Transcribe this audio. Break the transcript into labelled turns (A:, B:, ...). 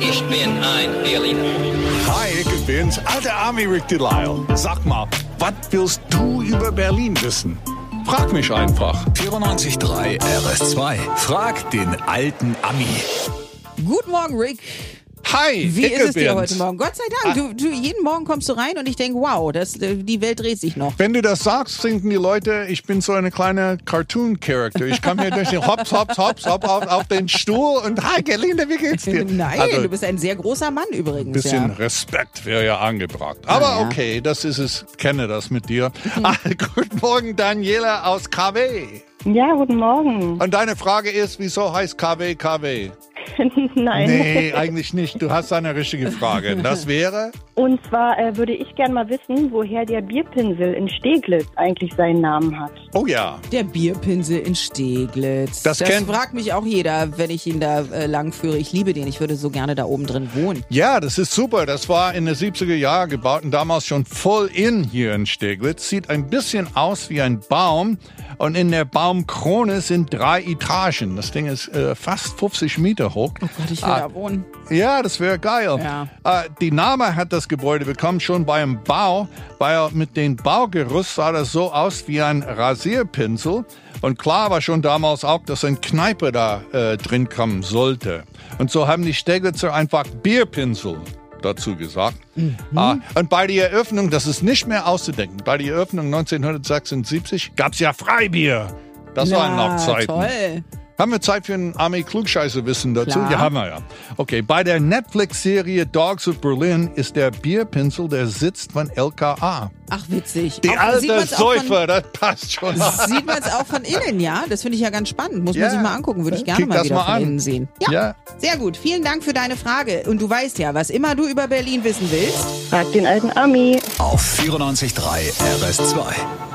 A: Ich bin ein Berliner.
B: Hi, ich bin's, alter Army Rick Delisle. Sag mal, was willst du über Berlin wissen? Frag mich einfach.
C: 94.3 RS2. Frag den alten Ami.
D: Guten Morgen, Rick.
B: Hi,
D: Wie
B: ich
D: ist es dir
B: bin's.
D: heute Morgen? Gott sei
B: Ah.
D: Dank. Du, du, jeden Morgen kommst du rein und ich denke, wow, das, äh, die Welt dreht sich noch.
B: Wenn du das sagst, denken die Leute, ich bin so eine kleine Cartoon-Character. Ich komme hier durch den Hops, Hops, Hops, Hops auf, auf den Stuhl und hi, Gerlinde, wie geht's dir?
D: Nein,
B: Also,
D: du bist ein sehr großer Mann übrigens.
B: bisschen
D: ja.
B: Respekt wäre ja angebracht. Aber
D: ja. Mhm.
B: okay, das ist es. Kenne das mit dir. Ah, guten Morgen, Daniela aus KW.
E: Ja, guten Morgen.
B: Und deine Frage ist, wieso heißt KW KW?
E: Nein.
B: Nee, eigentlich nicht. Du hast eine richtige Frage. Das wäre?
E: Und zwar äh, würde ich gerne mal wissen, woher der Bierpinsel in Steglitz eigentlich seinen Namen hat.
B: Oh ja.
D: Der Bierpinsel in Steglitz.
B: Das kennt-
D: fragt mich auch jeder, wenn ich ihn da äh, langführe. Ich liebe den. Ich würde so gerne da oben drin wohnen.
B: Ja, das ist super. Das war in den 70er Jahren gebaut und damals schon voll in hier in Steglitz. Sieht ein bisschen aus wie ein Baum und in der Baumkrone sind drei Etagen. Das Ding ist äh, fast 50 Meter hoch.
D: Oh
B: Ah,
D: Gott, ich will da wohnen.
B: Ja, das wäre geil.
D: Ja.
B: Äh, die Nama hat das Gebäude bekommen schon beim Bau, weil mit dem Baugerüst sah das so aus wie ein Rasierpinsel. Und klar war schon damals auch, dass ein Kneipe da äh, drin kommen sollte. Und so haben die Steglitzer einfach Bierpinsel dazu gesagt.
D: Mhm.
B: Ah, und bei der Eröffnung, das ist nicht mehr auszudenken, bei der Eröffnung 1976 gab's ja Freibier. Das waren
D: Na,
B: noch Zeiten.
D: Toll.
B: Haben wir Zeit für ein Army Klugscheiße-Wissen dazu?
D: Klar.
B: Ja, haben wir ja. Okay, bei der Netflix-Serie Dogs of Berlin ist der Bierpinsel der Sitz von LKA.
D: Ach, witzig.
B: Die
D: Auch- sieht
B: alte
D: man's auch von-
B: Säufer, das passt schon.
D: Sieht man es auch von innen, ja? Das finde ich ja ganz spannend. Muss
B: Ja.
D: man sich mal angucken. Würde ich gerne
B: Kick
D: mal
B: das
D: wieder
B: mal
D: von
B: an.
D: innen sehen. Ja.
B: Ja.
D: Sehr gut. Vielen Dank für deine Frage. Und du weißt ja, was immer du über Berlin wissen willst.
E: Frag den alten Ami.
C: Auf 94.3 RS2.